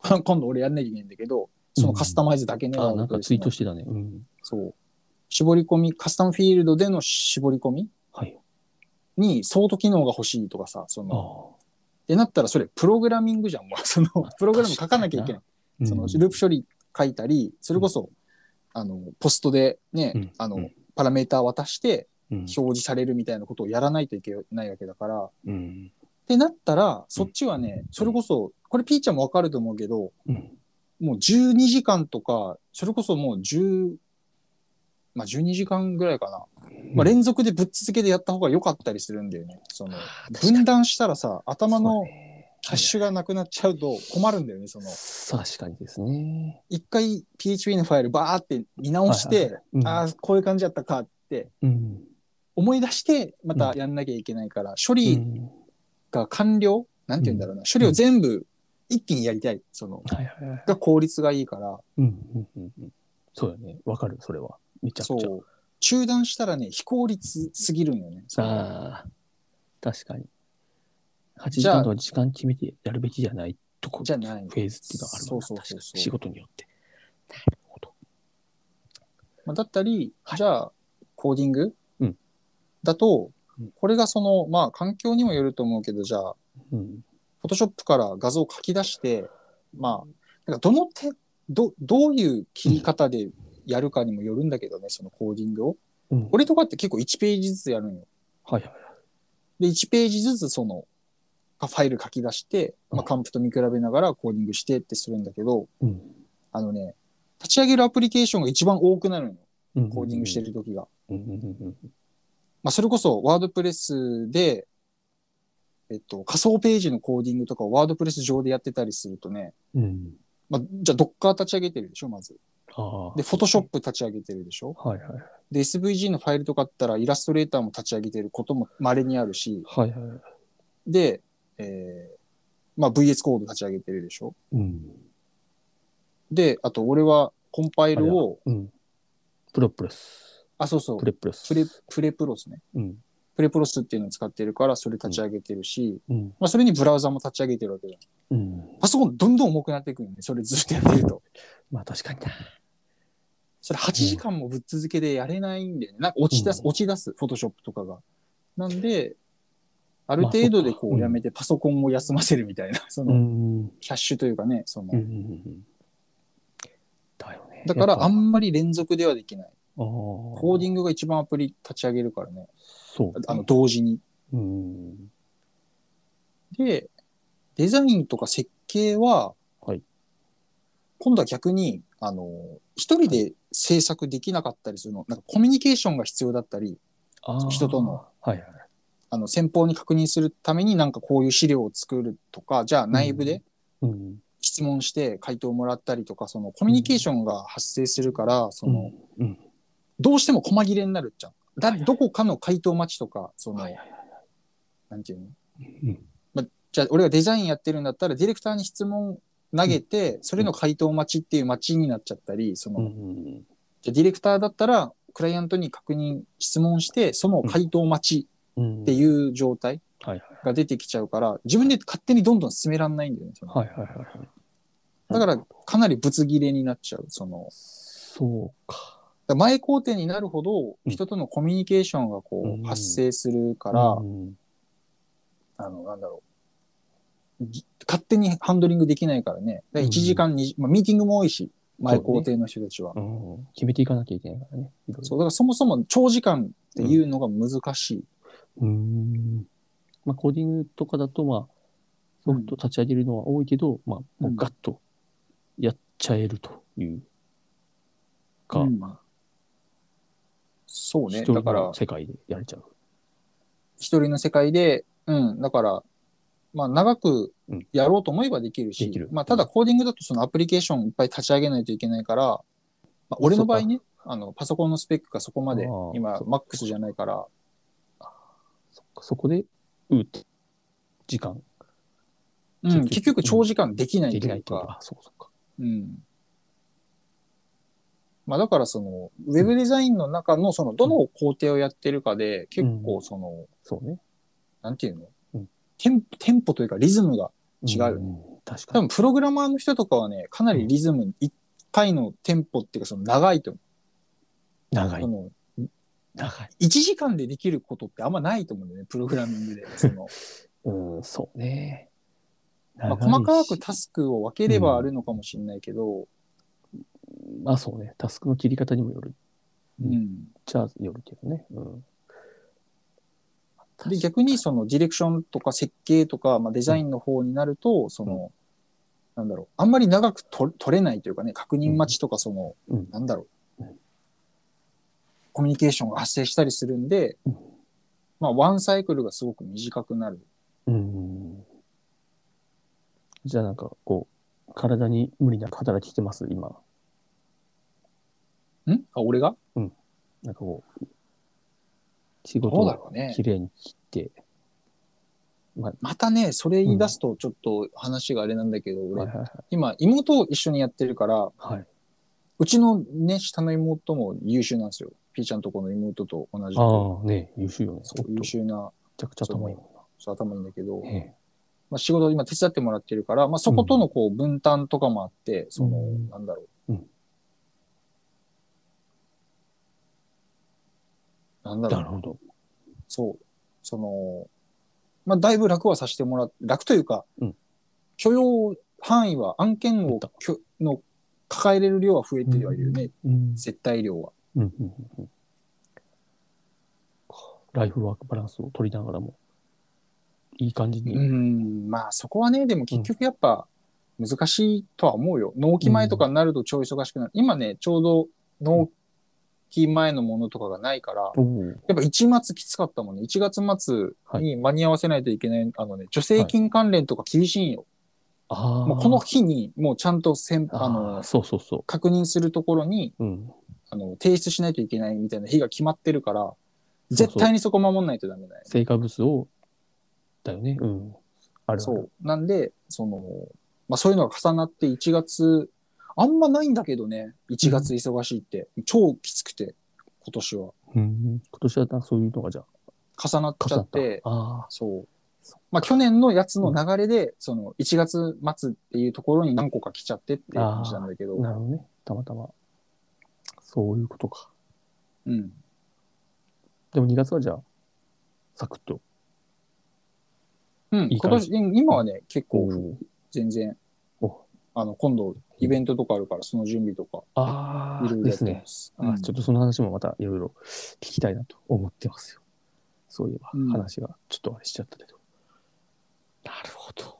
Speaker 2: 今度俺やんなきゃいけないんだけどそのカスタマイズだけね、
Speaker 1: あ、なんかツイート
Speaker 2: し
Speaker 1: してたね。うん。
Speaker 2: そう絞り込みカスタムフィールドでの絞り込み
Speaker 1: はい。
Speaker 2: にソート機能が欲しいとかさ、そ
Speaker 1: あ
Speaker 2: の、でなったらそれプログラミングじゃん、もう。そ の、プログラム書かなきゃいけない。
Speaker 1: あ。
Speaker 2: その、
Speaker 1: うん
Speaker 2: ループ処理書いたり、それこそ、あの、ポストでね、
Speaker 1: うん
Speaker 2: あの、
Speaker 1: うん
Speaker 2: パラメータ渡して
Speaker 1: うん
Speaker 2: 表示されるみたいなことをやらないといけないわけだから、っ
Speaker 1: うん。
Speaker 2: てなったら、そっちはね、それこそ、これピーちゃんもわかると思うけど、
Speaker 1: うん。
Speaker 2: もう12時間とか、それこそもう10、まあ12時間ぐらいかな。まあ、連続でぶっ続けでやった方が良かったりするんだよね。その、分断したらさ、頭のキャッシュがなくなっちゃうと困るんだよね。その、
Speaker 1: ュ。確かにですね。
Speaker 2: 一回 PHP のファイルバーって見直して、
Speaker 1: はいうん
Speaker 2: ああ、こういう感じだったかって
Speaker 1: うん。
Speaker 2: 思い出して、またやんなきゃいけないから、処
Speaker 1: う
Speaker 2: 理
Speaker 1: ん
Speaker 2: が完了、なんて言うんだろうな。処理を全部一気にやりたい。その、
Speaker 1: はいはいはい。
Speaker 2: が効率がいいから、
Speaker 1: うんうんうんうん。そうだね。わかる、それは。めちゃ
Speaker 2: そ
Speaker 1: くちゃ。
Speaker 2: う。中断したらね、非効率すぎるんよね。その
Speaker 1: ああ、確かに。8時
Speaker 2: じゃあ
Speaker 1: 間とは時間決めてやるべきじゃないとこ、
Speaker 2: じゃない
Speaker 1: フェーズっていうのがあるもんな
Speaker 2: そうそうそうそ
Speaker 1: 確
Speaker 2: う
Speaker 1: かに仕事によって。なるほど。
Speaker 2: まあ、だったり、じゃあ、コーディング、
Speaker 1: うん
Speaker 2: だと
Speaker 1: うん、
Speaker 2: これがその、まあ、環境にもよると思うけど、じゃあ、
Speaker 1: うん。
Speaker 2: ォトショップから画像を書き出して、まあ、なんかどの手、ど、どういう切り方でやるかにもよるんだけどね、そのコーディングを。
Speaker 1: うん
Speaker 2: 俺とかって結構1ページずつやるんよ。
Speaker 1: はいはい。
Speaker 2: で、1ページずつその、ファイル書き出して、まあ、カンプと見比べながらコーディングしてってするんだけど、
Speaker 1: うん
Speaker 2: あのね、立ち上げるアプリケーションが一番多くなるのよ。
Speaker 1: うん
Speaker 2: コーディングして。る時が。
Speaker 1: うんうんうん
Speaker 2: まあ、それこそワードプレスで、えっと、仮想ページのコーディングとかをワードプレス上でやってたりするとね、
Speaker 1: うん。うん。
Speaker 2: まあ、じゃあ Docker 立ち上げてるでしょ、まず。
Speaker 1: ああ。
Speaker 2: で、Photoshop 立ち上げてるでしょ。
Speaker 1: はいはい。
Speaker 2: で、SVG のファイルとかあったらイラストレーターも立ち上げてることも稀にあるし、
Speaker 1: はいはい。
Speaker 2: で、えー、まあ VS コード立ち上げてるでしょ。
Speaker 1: うん。
Speaker 2: で、あと俺はコンパイルを、
Speaker 1: うん。プロプレス。
Speaker 2: あ、そうそう
Speaker 1: プ、レプレス。
Speaker 2: プレ、プレプロスね。
Speaker 1: うん。
Speaker 2: プレプロスっていうのを使ってるから、それ立ち上げてるし、
Speaker 1: うん。
Speaker 2: まあそれにブラウザも立ち上げてるわけだ。
Speaker 1: うん。
Speaker 2: パソコンどんどん重くなっていくよね。それずっとやってると。
Speaker 1: まあ確かにな。
Speaker 2: それ8時間もぶっ続けでやれないんだよね。なんか落ち出す、
Speaker 1: うん
Speaker 2: 落ち出す、フォトショップとかが。なんで、ある程度で
Speaker 1: まあそ
Speaker 2: こ
Speaker 1: う
Speaker 2: う
Speaker 1: か
Speaker 2: やめてパソコンを休ませるみたいな、 その
Speaker 1: ん。
Speaker 2: キャッシュというかね、その、
Speaker 1: うん。だよね。
Speaker 2: だからあ
Speaker 1: あ
Speaker 2: んまり連続ではできない。
Speaker 1: コ
Speaker 2: コーデ
Speaker 1: ィング。
Speaker 2: ィングが一番アプリ立ち上げるからね。
Speaker 1: そう。
Speaker 2: あの、同時に。
Speaker 1: うん。
Speaker 2: で、デザインとか設計は、
Speaker 1: はい
Speaker 2: 今度は逆に、あの、一人で制作できなかったりするの、なんかコミュニケーションが必要だったり、
Speaker 1: ああ
Speaker 2: 人との。
Speaker 1: はいはい。
Speaker 2: あの、先方に確認するためになんかこういう資料を作るとか、じゃあ内部で
Speaker 1: うん。
Speaker 2: 質問して回答をもらったりとか、そのコミュニケーションが発生するから、その、
Speaker 1: うん。
Speaker 2: どうしても細切れになるっちゃう。だ、
Speaker 1: はいはい
Speaker 2: どこかの回答待ちとか、その、
Speaker 1: はいはい。
Speaker 2: なんていうの
Speaker 1: うん。
Speaker 2: じゃあ俺がデザインやってるんだったらディレクターに質問投げて、それの回答待ちっていう待ちになっちゃったり、その、
Speaker 1: うん。
Speaker 2: じゃあディレクターだったらクライアントに確認、質問して、その回答待ち
Speaker 1: うん。
Speaker 2: って
Speaker 1: うん。
Speaker 2: いう状態
Speaker 1: はいはい。
Speaker 2: が出てきちゃうから、自分で勝手にどんどん進めらんないんだよね。その
Speaker 1: はいはいはいはい。
Speaker 2: だから、かなりぶつ切れになっちゃう。その、
Speaker 1: そうか。
Speaker 2: だから前工程になるほど
Speaker 1: うん
Speaker 2: 人とのコミュニケーションが
Speaker 1: う
Speaker 2: こ
Speaker 1: ん
Speaker 2: う発生するから、
Speaker 1: うん
Speaker 2: あの、なんだろう。じ勝手にハンドリングできないからね。だから1時間に、まあ、ミーティングも多いし、前工程の人たちは。
Speaker 1: うん。決めていかなきゃいけないからね。いろいろ
Speaker 2: そう、だからそもそも長時間っていうのが難しい。
Speaker 1: うーん。まあ、コーディングとかだと、まあ、ソフト立ち上げるのは多いけど、まあ、もうガッとやっちゃえるというか、
Speaker 2: うんそうね。
Speaker 1: 一
Speaker 2: だ
Speaker 1: 人
Speaker 2: から
Speaker 1: の、世界でやれちゃう。
Speaker 2: 一人の世界で、うん、だから、まあ、長くやろうと思えばできるし、
Speaker 1: うんできる
Speaker 2: まあ、ただコーディングだとそのアプリケーションいっぱい立ち上げないといけないから、まあ、俺の場合ね、あの、パソコンのスペックがそこまで
Speaker 1: あー、
Speaker 2: 今、
Speaker 1: そう
Speaker 2: MAX じゃないから、
Speaker 1: そっかそこで、うーって、時間
Speaker 2: うん、
Speaker 1: 結
Speaker 2: 結
Speaker 1: 局
Speaker 2: 局長時間できない
Speaker 1: で
Speaker 2: と
Speaker 1: きないいうと
Speaker 2: か、
Speaker 1: か、そうかそうか。
Speaker 2: うん。まあ、だからその、ウェブデザインの中の、その、どの工程をやってるかで、結構その、
Speaker 1: そうね。
Speaker 2: なんていうの、
Speaker 1: うん
Speaker 2: テンポ、テンポというかリズムが、違うよね
Speaker 1: ん確かに。
Speaker 2: 多分プログラマーの人とかはね、かなりリズム、一回のテンポっていうか、その長いと思
Speaker 1: 長
Speaker 2: う。
Speaker 1: い
Speaker 2: そ。の
Speaker 1: 長い。
Speaker 2: 1時間でできることってあんまないと思うんだよね、プログラミングで。そ の
Speaker 1: うん、そうね。
Speaker 2: まあ、
Speaker 1: 長いし
Speaker 2: 細かくタスクを分ければあるのかもしれないけど、
Speaker 1: まあそうね。タスクの切り方にもよるっ
Speaker 2: う
Speaker 1: うん
Speaker 2: ん。
Speaker 1: ちゃよるけどね。うん。
Speaker 2: で、逆にそのディレクションとか設計とか、まあ、デザインの方になると、その、なんだろう、あんまり長くと取れないというかね、確認待ちとか、その、
Speaker 1: うん
Speaker 2: なんだろう、
Speaker 1: うん
Speaker 2: コミュニケーションが発生したりするんで、
Speaker 1: うん
Speaker 2: まあ、ワンサイクルがすごく短くなる。
Speaker 1: うん。じゃあなんかこう、体に無理なく働きしてます、今。
Speaker 2: んあ、俺が
Speaker 1: なんかこう、仕事
Speaker 2: どうだ
Speaker 1: を
Speaker 2: ろうね
Speaker 1: き。れいに切って、
Speaker 2: またね、それ言い出すとちょっと話があれなんだけど、
Speaker 1: はい
Speaker 2: 俺、
Speaker 1: はい
Speaker 2: 今、妹を一緒にやってるから、
Speaker 1: はい。はい、
Speaker 2: うちのね、下の妹も優秀なんですよ。ピーちゃんとこの妹と同じく。
Speaker 1: ああ、ね優秀よね。
Speaker 2: そう
Speaker 1: おっと
Speaker 2: 優秀な
Speaker 1: めちゃくちゃ頭いいも
Speaker 2: そう頭いいんだけど、
Speaker 1: んな。え
Speaker 2: まあ、仕事を今手伝ってもらってるから、まあ、そことのこう分担とかもあって、その
Speaker 1: うん、
Speaker 2: なんだろ
Speaker 1: う
Speaker 2: う。
Speaker 1: ん
Speaker 2: なんだ
Speaker 1: え。な
Speaker 2: ろ
Speaker 1: る。ほ
Speaker 2: う
Speaker 1: ど。
Speaker 2: そう。その、まあ、だいぶ楽はさせてもらっ楽というか、
Speaker 1: うん
Speaker 2: 許容範囲は案件
Speaker 1: 減っ
Speaker 2: を
Speaker 1: た
Speaker 2: 許の抱えれる量は増えてはいるよね、
Speaker 1: うん
Speaker 2: 絶対量は。
Speaker 1: うんうんうんうんライフワークバランスを取りながらも、いい感じ
Speaker 2: う
Speaker 1: に。
Speaker 2: ん、まあそこはね、でも結局やっぱ難しいとは思うよ。納期前とかになると超忙しくなる。今ね、ちょうど納期前のものとかがないから、
Speaker 1: おー
Speaker 2: やっぱ1月きつかったもんね。1月末に間に合わせないといけない、あのね、助成金関連とか厳しいんよ。
Speaker 1: ああ。
Speaker 2: もうこの日にもうちゃんとせんあ
Speaker 1: あ
Speaker 2: の
Speaker 1: の、そうそうそ
Speaker 2: 確認するところに
Speaker 1: う。うん。
Speaker 2: あの提出しないといけないみたいな日が決まってるから、
Speaker 1: う
Speaker 2: 絶対にそこ守んないとダメだよ。
Speaker 1: 成果物を、だよね。うん。あるある
Speaker 2: そう。なんで、その、まあそういうのが重なって1月、あんまないんだけどね、1月忙しいって。超きつくて、今年は。
Speaker 1: うん。今年はなんかそういうのがじゃあ、
Speaker 2: 重なっち
Speaker 1: 重
Speaker 2: ゃっ
Speaker 1: な
Speaker 2: て
Speaker 1: た、ああ。
Speaker 2: そう。まあ去年のやつの流れで、その1月末っていうところに何個か来ちゃってっていう感じなんだけど、
Speaker 1: なるほどね。たまたま。そういうことか。
Speaker 2: うん。
Speaker 1: でも2月はじゃあ、サクッと。
Speaker 2: うん、
Speaker 1: いい
Speaker 2: 今
Speaker 1: 感
Speaker 2: 年
Speaker 1: じ、
Speaker 2: 今はね、結
Speaker 1: こ
Speaker 2: 構
Speaker 1: う
Speaker 2: 全然
Speaker 1: お、
Speaker 2: あの、今度イベントとかあるから、その準備とか、
Speaker 1: あ
Speaker 2: い
Speaker 1: あ
Speaker 2: ろいろ
Speaker 1: で
Speaker 2: やっ
Speaker 1: す
Speaker 2: て
Speaker 1: ね
Speaker 2: ま。す。
Speaker 1: あーちょっとその話もまたいろいろ聞きたいなと思ってますよ。そういえば
Speaker 2: うん
Speaker 1: 話がちょっとあれしちゃったけど。なるほど。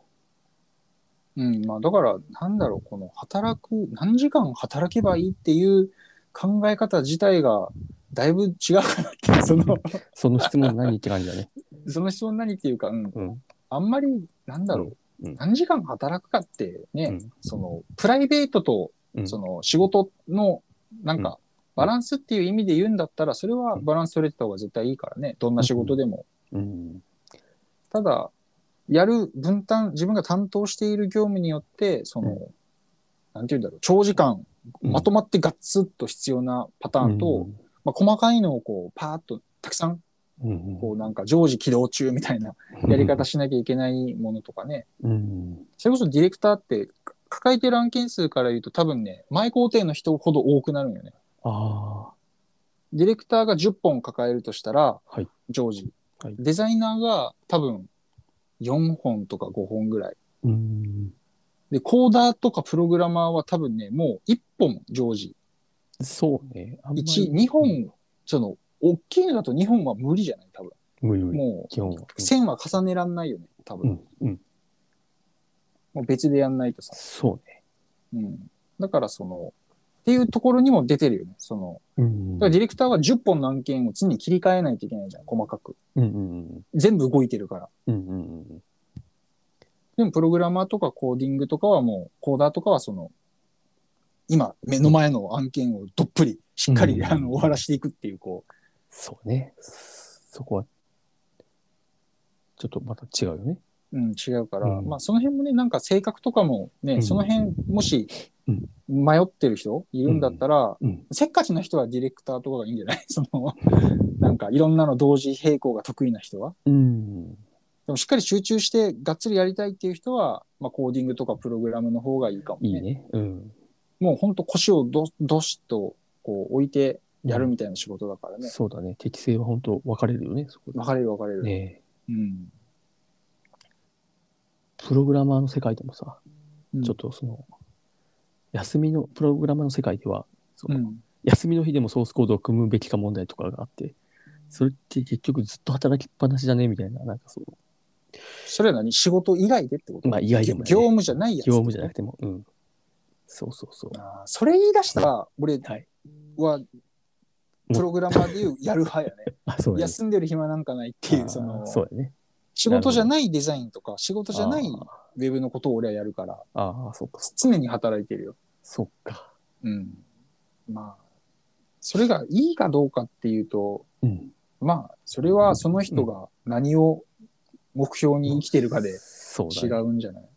Speaker 2: うん、まあだから、なんだろう、この働く、何時間働けばいいっていう考え方自体が、だいぶ違うかなっていう、そ の、
Speaker 1: その質問何って感じだね。
Speaker 2: その質問何っていうか、うん、
Speaker 1: うん。
Speaker 2: あんまり、なんだろ
Speaker 1: う
Speaker 2: う、
Speaker 1: ん
Speaker 2: 何時間働くかってね、
Speaker 1: うん
Speaker 2: その、プライベートと、
Speaker 1: うん
Speaker 2: その、仕事の、なん
Speaker 1: う
Speaker 2: か、バランスっていう意味で言うんだったら、それはバランス取れてた方が絶対いいからね、どんな仕事でも。
Speaker 1: うん。
Speaker 2: ただ、やる分担、自分が担当している業務によって、その、
Speaker 1: う
Speaker 2: なんて言うんだろう、長時間、まとまってガッツッと必要なパターンと、まあ、細かいのをこう、パーッとたくさん、
Speaker 1: うん、うん
Speaker 2: こうなんか常時起動中みたいなやり方しなきゃいけないものとかね。
Speaker 1: うん。
Speaker 2: それこそディレクターって、か抱えてる案件数から言うと多分ね、前工程の人ほど多くなるんよね。
Speaker 1: あ
Speaker 2: ディレクターが10本抱えるとしたら、
Speaker 1: はい
Speaker 2: 常時。
Speaker 1: はい
Speaker 2: デザイナーが多分4本とか5本ぐらい。
Speaker 1: あ。うん。
Speaker 2: で、コーダーとかプログラマーは多分ね、もう1本常時。
Speaker 1: そうね。あんまり
Speaker 2: 1、2本、その、大きいのだと2本は無理じゃない多分。
Speaker 1: 無理無理。
Speaker 2: も
Speaker 1: 基本は。
Speaker 2: う、線は重ねらんないよね、多
Speaker 1: う
Speaker 2: 分。
Speaker 1: ん。うん。
Speaker 2: もう別でやんないとさ。
Speaker 1: そうね。
Speaker 2: うん。だからその、っていうところにも出てるよね。その、
Speaker 1: うん。
Speaker 2: だからディレクターは10本の案件を常に切り替えないといけないじゃん、細かく。
Speaker 1: うんうん
Speaker 2: 全部動いてるから。
Speaker 1: うん。うんうんうん。
Speaker 2: でも、プログラマーとかコーディングとかはもう、コーダーとかはその、今、目の前の案件をどっぷり、しっかり、
Speaker 1: うん
Speaker 2: あの、終わらしていくっていう、こう、
Speaker 1: そうね。そこは、ちょっとまた違うよね。
Speaker 2: うん、違うから、
Speaker 1: うん
Speaker 2: まあ、その辺もね、なんか性格とかもね、
Speaker 1: うん
Speaker 2: その辺、もし
Speaker 1: うん、
Speaker 2: 迷ってる人いるんだったら、
Speaker 1: うん。
Speaker 2: せっかちな人はディレクターとかがいいんじゃない その、なんかいろんなの同時並行が得意な人は。
Speaker 1: うん。
Speaker 2: でもしっかり集中してがっつりやりたいっていう人は、まあコーディングとかプログラムの方がいいかもね。
Speaker 1: いいね。うん。
Speaker 2: もうほんと腰をど、どしっとこう置いてやるみたいな仕事だからね。
Speaker 1: そうだね。適性は本当分かれるよね、そこで
Speaker 2: 分かれる分かれる。
Speaker 1: ね
Speaker 2: うん。
Speaker 1: えプログラマーの世界でもさ、
Speaker 2: うん
Speaker 1: ちょっとその、休みの、プログラマーの世界では、その
Speaker 2: うん。
Speaker 1: 休みの日でもソースコードを組むべきか問題とかがあって、それって結局ずっと働きっぱなしじゃねみたいな、なんかそう、
Speaker 2: それは何仕事以外でってこと
Speaker 1: まあ意外でもないね
Speaker 2: 業務じゃないやつ。
Speaker 1: 業務じゃなくても、うん。そうそう そう。
Speaker 2: あーそれ言い出したら、俺
Speaker 1: はい
Speaker 2: は、プログラマーでいうやる派やね。
Speaker 1: あ、 そうだね。
Speaker 2: 休んでる暇なんかないってい
Speaker 1: あー
Speaker 2: う、その、
Speaker 1: そうだね。
Speaker 2: 仕事じゃないデザインとか、仕事じゃないウ
Speaker 1: あ
Speaker 2: ェブのことを俺はやるから、
Speaker 1: ーあー、そっか、
Speaker 2: 常に働いてるよ。
Speaker 1: そっか。
Speaker 2: うん。まあ、それがいいかどうかっていうと、
Speaker 1: うん。
Speaker 2: まあ、それはその人が何を目標に生きてるかで
Speaker 1: そう
Speaker 2: 違
Speaker 1: だ、ね、
Speaker 2: うんじゃない、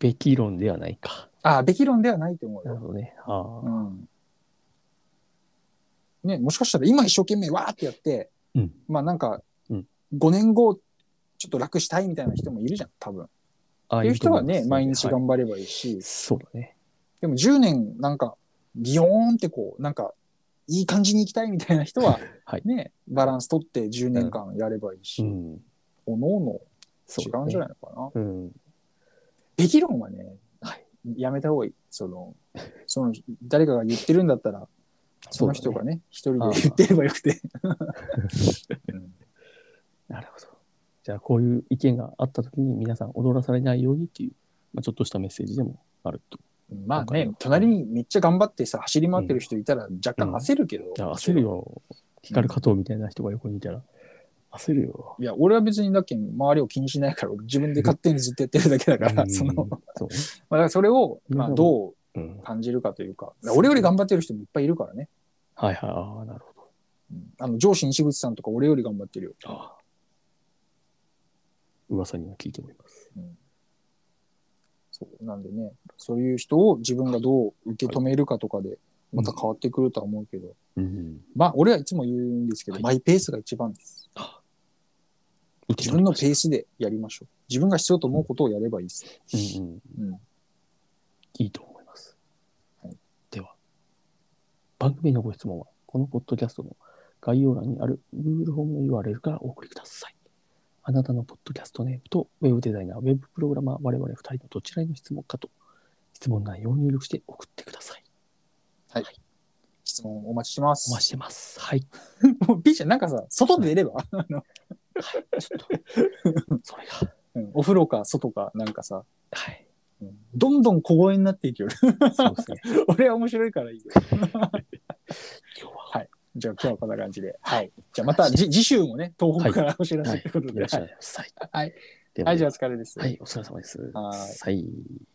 Speaker 1: べき論ではないか。
Speaker 2: ああ、べき論ではないと思う
Speaker 1: なる
Speaker 2: よ。
Speaker 1: ほどね。ああ。
Speaker 2: うん。ね、もしかしたら今一生懸命わーってやって、
Speaker 1: うん
Speaker 2: まあなんか
Speaker 1: うん、
Speaker 2: 5年後、ちょっと楽したいみたいな人もいるじゃん、多分。
Speaker 1: ああ
Speaker 2: っていう人は
Speaker 1: と思いま
Speaker 2: ね、
Speaker 1: す
Speaker 2: 毎日
Speaker 1: はい
Speaker 2: 頑張ればいいし、
Speaker 1: そうだね。
Speaker 2: でも10年なんかビヨーンってこうなんかいい感じに行きたいみたいな人は、
Speaker 1: はい
Speaker 2: ねバランス取って10年間やればいいし、
Speaker 1: うん。
Speaker 2: おのおの違
Speaker 1: だ
Speaker 2: うんじゃ
Speaker 1: ね
Speaker 2: ないのかな。
Speaker 1: うん。
Speaker 2: べき論はね、
Speaker 1: はい
Speaker 2: やめた方がいい。その、その、誰かが言ってるんだったら、その人がね、一、人で言ってればよく て。 うん
Speaker 1: なるほど。じゃあ、こういう意見があったときに、皆さん踊らされないようにっていう、まあ、ちょっとしたメッセージでもあると。
Speaker 2: まあ
Speaker 1: わかる
Speaker 2: ね
Speaker 1: よ、
Speaker 2: 隣にめっちゃ頑張ってさ、走り回ってる人いたら若干焦るけど。
Speaker 1: いや、焦る。よ。光る加藤みたいな人が横にいたら、焦るよ。
Speaker 2: いや、俺は別にだっけ周りを気にしないから、俺自分で勝手にずっとやってるだけだから、
Speaker 1: うん
Speaker 2: その、まあ
Speaker 1: そうね、
Speaker 2: だからそれを、
Speaker 1: うん
Speaker 2: まあどう
Speaker 1: うん。はい
Speaker 2: 感じるかというか、俺より頑張ってる人もいっぱいいるからね。
Speaker 1: はい、ああ、なるほど。
Speaker 2: うんあの、上司西口さんとか俺より頑張ってるよ。
Speaker 1: ああ。噂には聞いております。
Speaker 2: そうなんでね、そういう人を自分がどう受け止めるかとかで、また変わってくるとは思うけど、
Speaker 1: うん。
Speaker 2: まあ、俺はいつも言うんですけど、
Speaker 1: はい
Speaker 2: マイペースが一番です。自分のペースでやりましょう。自分が必要と思うことをやればいいです。
Speaker 1: うんうん。
Speaker 2: うん。
Speaker 1: いいと思います。
Speaker 2: はい
Speaker 1: では、番組へのご質問は、このポッドキャストの概要欄にある Google ホームの URL からお送りください。あなたのポッドキャストネームと、ウェブデザイナー、ウェブプログラマー、我々2人のどちらへの質問かと、質問内容を入力して送ってください。
Speaker 2: 質問お待ちします。
Speaker 1: お待ちしてます。はい。
Speaker 2: もう、ピーちゃん、なんかさ、外で出れば、あの
Speaker 1: はい。ちょっと、それが、
Speaker 2: うんお風呂か外か、なんかさ、
Speaker 1: はい。
Speaker 2: うんどんどん小声になっていくよ。
Speaker 1: そうですね。
Speaker 2: 俺は面白いからいいよ。
Speaker 1: 今日は、
Speaker 2: はいじゃあ、今日はこんな感じで。はい。じゃあ、また、じ次週もね、東北からお知らせということ
Speaker 1: い
Speaker 2: で。
Speaker 1: らっしゃ
Speaker 2: はい
Speaker 1: ませ。はい
Speaker 2: はい。
Speaker 1: では
Speaker 2: はい、じゃあ、お疲れです。
Speaker 1: はい、お疲れ様です。
Speaker 2: はい
Speaker 1: はい。